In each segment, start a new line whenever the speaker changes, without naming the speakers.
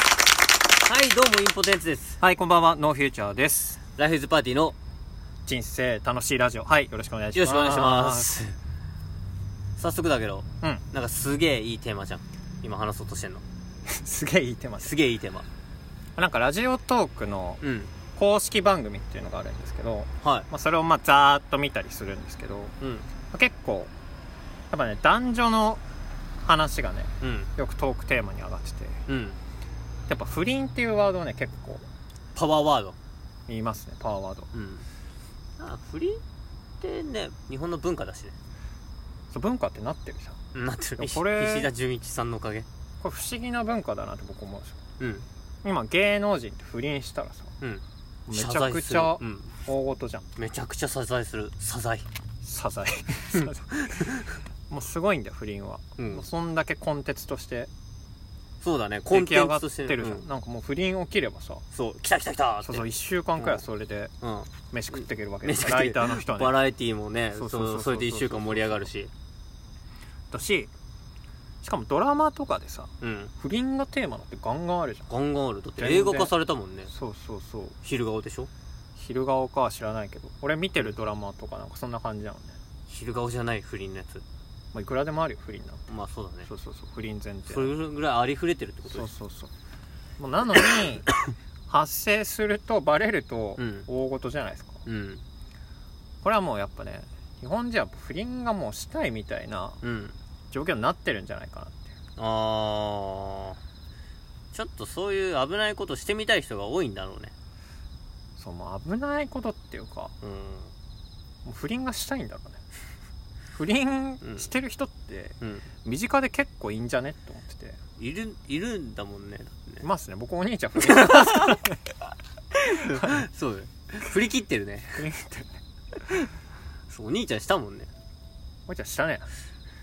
はい、どうも、インポテンツです。
はい、こんばんは、ノーフューチャーです。
ライフイズパーティーの、
人生楽しいラジオ。はい、よろしくお願いし
よろ
ま
し
す。
くお願いしま。す。早速だけど、
うん。
なんかすげえいいテーマじゃん。今話そうとしてんの。
すげえいいテーマです。
すげえいいテーマ。
なんかラジオトークの
うん。
公式番組っていうのがあるんですけど、
は
まあ、それをまあざーっと見たりするんですけど、ま
い。うん。
あ結構、やっぱね、男女の話がね、
うん。
よくトークテーマに上がってて、
うん。
やっぱ不倫っていうワードをね、結構
パワーワード。
言いますね、パワーワード。
うん。あ、不倫ってね、日本の文化だしね。
そう文化ってなってるじゃん。
うんなってる。
いやこれ
石田純一さんのおかげ。
これ不思議な文化だなって僕思うんですよ。
うん。
今、芸能人って不倫したらさ、
うん。
めちゃ
謝罪
くちゃ
するうん。
大事じゃん。
めちゃくちゃ謝罪する。謝罪。
サザエもうすごいんだよ不倫は、
うん
もうそんだけコンテンツとして
そうだね。コ
出
ン
来
テ
上
ン
が
ツ
って
と
る
して
じゃん、
ねうん
なんかもう不倫起きればさ
そう。来た来た来たって
そうそう1週間くらいそれで
うん。
飯食っていけるわけ
うん
で
飯
す、
食って
ライターの人は
バ
ね
ラエティーもね
そ
そう
そうそうそう
うそれで1週間盛り上がるし
だししかもドラマとかでさ
うん
不倫がテーマだってガンガンあるじゃん
ガンガンあるだって
全然
映画化されたもんね
そうそうそう
昼顔でしょ
昼顔かは知らないけど俺見てるドラマとかなんかそんな感じなのね、
昼顔じゃない不倫のやつ
まあ、いくらでもあるよ不倫なんて
まあそうだね
そうそうそう不倫前提
それぐらいありふれてるってこと
そ
で
う
す
そうそうもう なのに発生するとバレると
うん
大事じゃないですか、
うん
これはもうやっぱね日本人は不倫がもうしたいみたいな
うん
状況になってるんじゃないかなっていう
あーちょっとそういう危ないことしてみたい人が多いんだろうね
そうもう危ないことっていうか
う
もう不倫がしたいんだ ろうね不倫
うん
してる人って
んうん
身近で結構いいんじゃねって思ってて
いるいるんだもんねだってね
いますね僕お兄ちゃん 不倫不
そうだよ振り切ってるね
倫って
そうお兄ちゃんしたもんね
お兄ちゃんしたね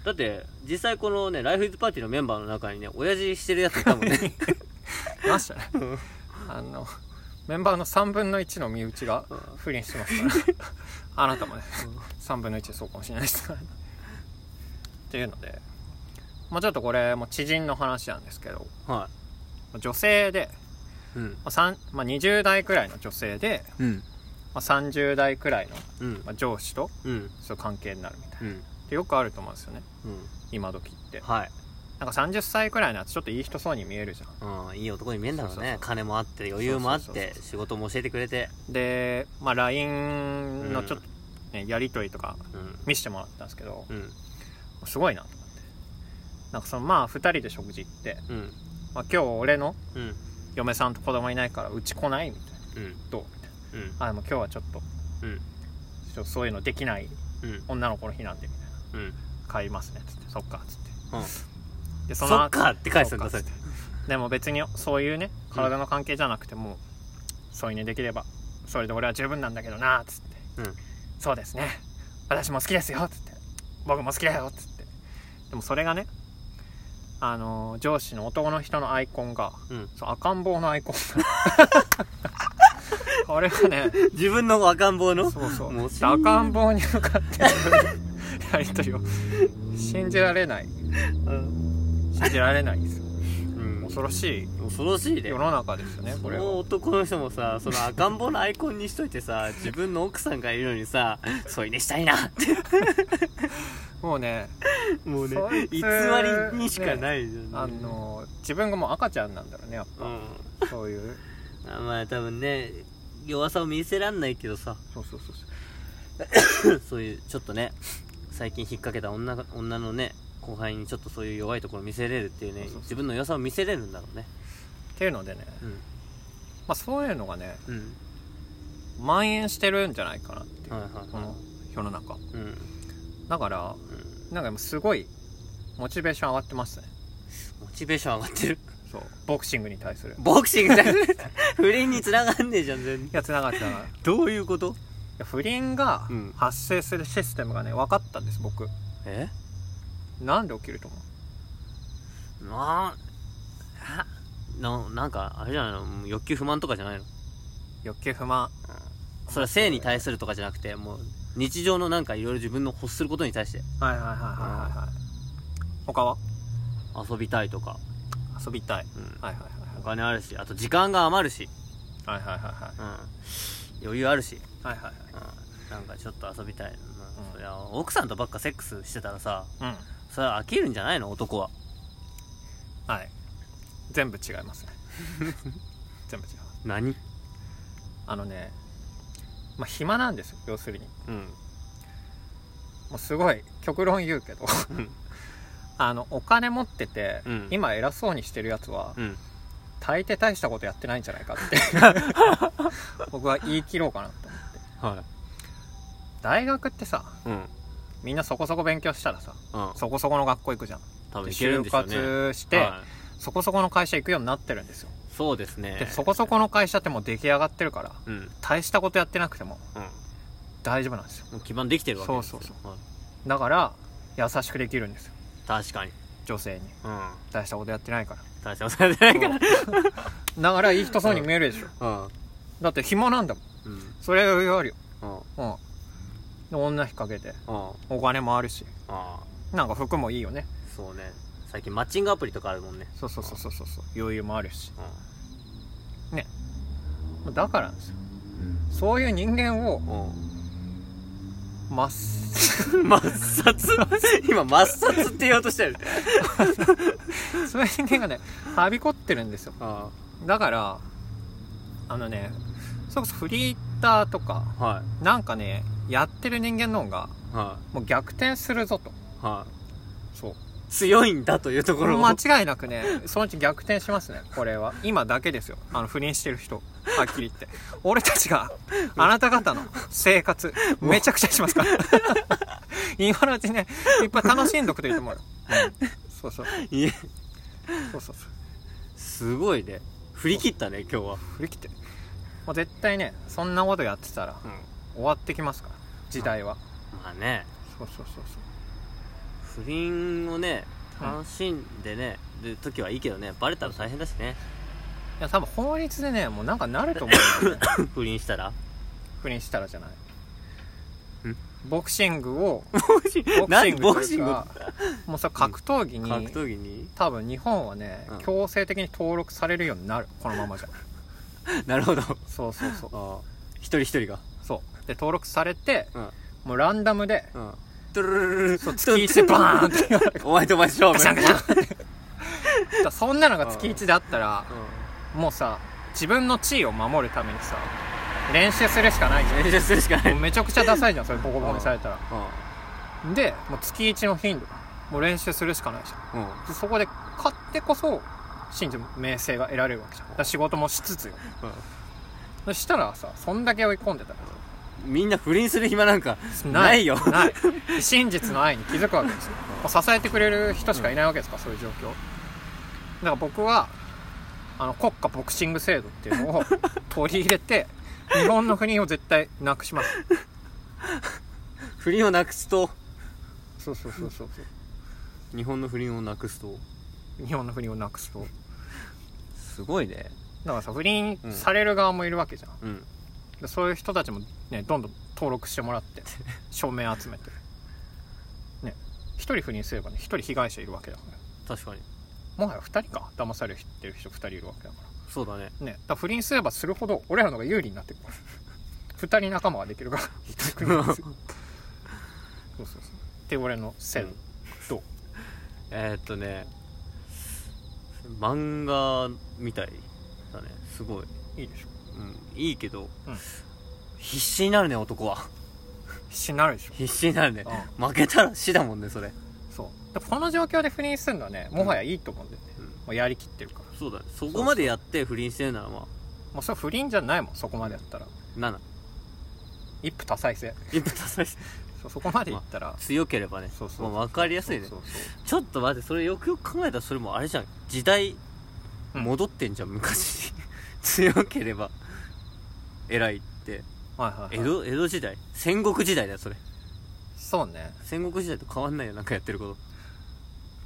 だって実際このねライフイズパーティーのメンバーの中にね親父してるやついた もんね
いましたねあのメンバーの3分の1の身内が
うん
不倫してますからあなたもね3分の1そうかもしれないですからねっていうので、まあ、ちょっとこれも知人の話なんですけど
は
女性で、
いうん
まあさんまあ、20代くらいの女性で、
うん
まあ、30代くらいの、
うん
まあ、上司と
うん
そういう関係になるみたいな
うん
でよくあると思うんですよね
うん
今時って
はい
なんか30歳くらいのやつちょっといい人そうに見えるじゃ
うんいい男に見えんだろう
そうそうそ
ね
う
金もあって余裕もあっ
そうそう
て
そう
仕事も教えてくれて
んで、まあ、LINE のちょっと
う、
ねやり取りとか
うん
見せてもらったんですけど、
うん
すごいなと思ってなんかそのまあ2人で食事行って、
うん
まあ、今日俺の
うん
嫁さんと子供いないからうち来ないみたいな
うん
どうみたい
うん
なあでも今日はちょっと
うん
ちょっとそういうのできない
うん
女の子の日なんでみたいな
うん
帰りますねっつってそっかっつって
うん
で
そ
そ
っ
の
かって返すんだそ
そ
れ
っかっつってでも別にそういうね体の関係じゃなくても、そういうねできればそれで俺は十分なんだけどなっつっ
う
て
ん
そうですね私も好きですよっつって僕も好きだよっつってでもそれがねあのー上司の男の人のアイコンが
うん
そう赤ん坊のアイコンこれはね
自分の赤ん坊の
そうそう
もう
で赤ん坊に向かってやり取りを信じられない
うん
信じられないですよ
うん
恐ろし
恐ろしい
い
で
世の中ですよね
そ
これは
の男の人もさその赤ん坊のアイコンにしといてさ自分の奥さんがいるのにさ添い寝したいなって
もうね
もうね
そいつ
偽りにしかないじゃん、ね
あのー自分がもう赤ちゃんなんだろうねやっ
う
ぱ、
ん
そういう
あまあ多分ね弱さを見せらんないけどさ
そうそうそうそう
そういうちょっとね最近引っ掛けた女が女のね後輩にちょっとそういう弱いところ見せれるっていうね
そうそうそう
自分の良さを見せれるんだろうね
っていうのでね、まあ、そういうのがね
うんうん
蔓延してるんじゃないかなっていう、
はいはい
この
は
世の中
いうんうん
だからなんかもうすごいモチベーション上がってますね
モチベーション上がってる
そうボクシングに対する
ボクシングだ 不倫につながんねえじゃん全然
いやつながってた からい
どういうこと
や不倫が
うん
発生するシステムがね分かったんです僕
え
なんで起きると思う
なあななんかあれじゃないのもう欲求不満とかじゃないの
欲求不満
それは性に対するとかじゃなくてもう日常のなんかいろいろ自分の欲することに対して
はいはいはいはいはいはい他は
遊びたいとか
遊びたい、
うん
はいはい
お金あるしあと時間が余るし、
はいはいはいは
うん、余裕あるし、
いはいはいはい
うん、なんかちょっと遊びたい、まあ
うん
そりゃ奥さんとばっかセックスしてたらさ
はいうん
それは飽きるんじゃないの男は
はい全部違います ね全部違います
何
あのねまあ暇なんですよ要するに
うん
もうすごい極論言うけど
ん
あのお金持ってて、
うん
今偉そうにしてるやつは、
うん
大抵大したことやってないんじゃないかって 僕は言い切ろうかなと思って
は
大学ってさ
いうん
みんなそこそこ勉強したらさ
うん
そこそこの学校行くじゃん
多分い
で
けるんで
就
しょうね
活して、
はい
そこそこの会社行くようになってるんですよ、
そうですね
でそこそこの会社ってもう出来上がってるから
うんうん
大したことやってなくても大丈夫なんですよ
もう基盤できてるわけですよ
そうそう
はい
だから優しくできるんですよ
確かに
女性に
うん
大したことやってないから
大したことやってないか
だからいい人そうに見えるでしょ
ら
だって暇なんだもん
うんうん
それは余裕あるよ
うん
うんで女引っ掛けて
うん
お金もあるし
ああ
なんか服もいいよね
そうね最近マッチングアプリとかあるもんね
そうそうそうそうそう余裕もあるし
う
だからなんですよ
ん
そういう人間を
うん
ま っす
抹殺今抹殺って言おうとしてる
そういう人間がねはびこってるんですよ
あ
だからあのねそれこそフリーターとか
あは
なんかねやってる人間の方が
いは
もう逆転するぞと
いは
そう
い強いんだというところを
間違いなくねそのうち逆転しますねこれは今だけですよあの不倫してる人はっきり言って俺たちがあなた方の生活めちゃくちゃしますから今のうちねいっぱい楽しんどくといいと思うよ、うんそうそう
いえ
そうそうそう
すごいね振り切ったね今日は
振り切ってもう絶対ねそんなことやってたら
うん
終わってきますから時代は
まあね
そうそうそうそ
不倫をね
うん
楽しんでねる時はいいけどねバレたら大変だしね
ういや多分法律でねもうなんかなると思うんだよ ね
不倫したら
不倫したらじゃない
ん
ボクシングを
ボクシン
なん
ボ
ボ
ク
ク
シ
シ
ン
ン
グ
グもうそれ格闘技に、
格闘技に
多分日本はね、
うん
強制的に登録されるようになるこのままじゃ
なるほどあ
そうそうそう
あ一人一人が
そうで登録されて、
うん
もうランダムで
うんトゥルルルル
そう月1でバーンってやる
お前とお前勝負
ガシャンガシャン ってだからそんなのが月1であったら、もうさ自分の地位を守るためにさ練習するしかないじ
うん練習するしかな
ゃ
い
んもうめちゃくちゃダサいじゃんそれボコボコにされたら、
う
でもう月1の頻度もう練習するしかないじゃん
んうん
でそこで勝ってこそ真珠名声が得られるわけじゃんだから仕事もしつつよそしたらさそんだけ追い込んでたら
みんな不倫する暇なんか
さ
ない よ
ない真実の愛に気づくわけですよもう支えてくれる人しかいないわけですから、そういう状況だから僕はあの国家ボクシング制度っていうのを取り入れて日本の不倫を絶対なくします
不倫をなくすと
そうそうそうそうそ
日本の不倫をなくすと
う日本の不倫をなくすと
すごいね
だからさ不倫される側もいるわけじゃん、
うん
でそういう人たちもねどんどん登録してもらって 証明集めてね一人不倫すればね一人被害者いるわけだから
確かに
もはや2人か騙されてる人2人いるわけだか
そうだね
らねだから不倫すればするほど俺らの方が有利になってくる2人仲間ができ るから1人国ですよそうそうそうって俺の制度、
うんえー、っとね漫画みたいだねすごい、
いいでしょ
うん、いいけど、
うん
必死になるね男は
必死になるでしょ
必死になるね
う
負けたら死だもんねそれ、
そうだからこの状況で不倫するのはねもはやいいと思うんだよね、
うん
もうやりきってるから
そうだねそこまでやって不倫してるならま
もうそれ不倫じゃないもんそこまでやったら
あ7
一夫多妻制
一歩足さし
そうそこまでいったら、
強ければね
そうそう
まあ、分かりやすいね
そうそうそう
ちょっと待ってそれよくよく考えたらそれもあれじゃん時代
うん
戻ってんじゃん、昔 に強ければ偉いって
はいはい、
江
はい、
戸江戸時代戦国時代だよそれ
そうね
戦国時代と変わんないよなんかやってること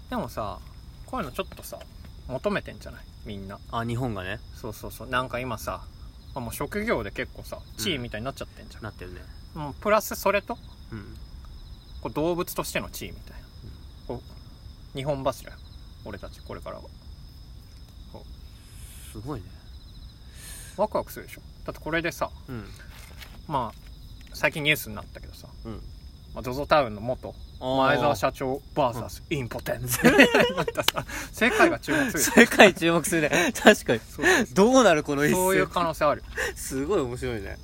でもさこういうのちょっとさ求めてんじゃないみんな
あ日本がね
そうそうそうなんか今さあもう職業で結構さ地位みたいになっちゃってんじゃん、
なってるね
もうプラスそれと
うん
こう動物としての地位みたいな、こう日本柱よ俺たちこれからは
すごいね
ワクワクするでしょだってこれでさ
うん
まあ最近ニュースになったけどさ、
うん
まあ、ZOZO タウンの元前
前
澤社長 VS インポテンツまたさ世界が注目する
世
よ
界注目するね 確かに
そうそう
どうなるこの一
そういう
戦
可能性あるよ
すごい面白いね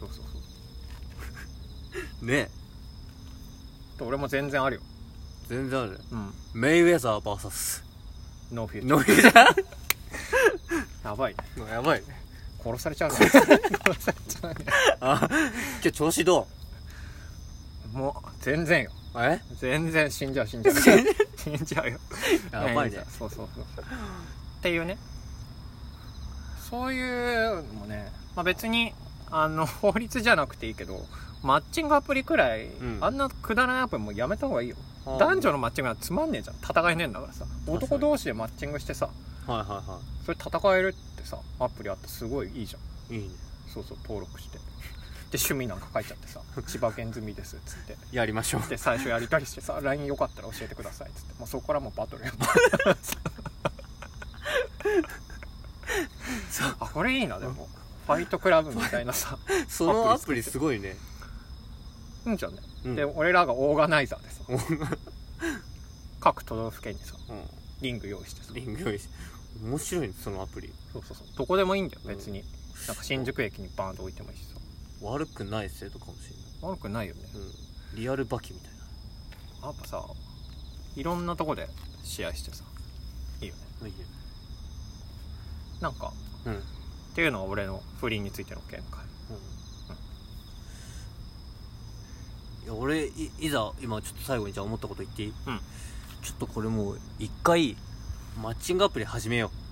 そうそうそう
ね
と俺も全然あるよ
全然ある
うん
メイウェザー VS
ノーフィール
ノイジャ
ドやばいね
ーやばいね
殺されち ゃうね殺されちゃうね
あ今日調子ど
もう全然よ
うえ
全然死んじゃう死んじ ゃう死んじゃうよ
やばいね
そうそうそうっていうねそういうのもね、まあ、別にあの法律じゃなくていいけどマッチングアプリくらい、
うん
あんなくだらないアプリもうやめた方がいいよ男女のマッチングはつまんねえじゃん戦えねえんだからさ
に
男同士でマッチングしてさ
はいはいは
それ戦えるってさアプリあってすごいいいじゃん
いいいね
そうそう登録してで趣味なんか書いちゃってさ「千葉県済みです」っつって
やりましょう
で最初やり取りしてさ「LINE よかったら教えてください」っつってもうそこからもうバトルやん
そう
あこれいいなでもファイトクラブみたいなさ
そのアプリすごいね
うんじゃんね、
うん
で俺らがオーガナイザーでさ各都道府県にさ
うん
リング用意してさ
リング用意し面白いねそのアプリ
そうそうそうどこでもいいんだよ別に、なんか新宿駅にバーンと置いてもいいしさ
悪くない制度かもしれ
悪くないよね
ない、うん、リアルバキみたい
やっぱさいろんなとこで試合してさいいよね
ないいね
なんか
うん、
っていうのが俺の不倫についての見解
いや俺いいざ今ちょっと最後にじゃあ思ったこと言っていい
うん
ちょっとこれもう一回マッチングアプリ始めよう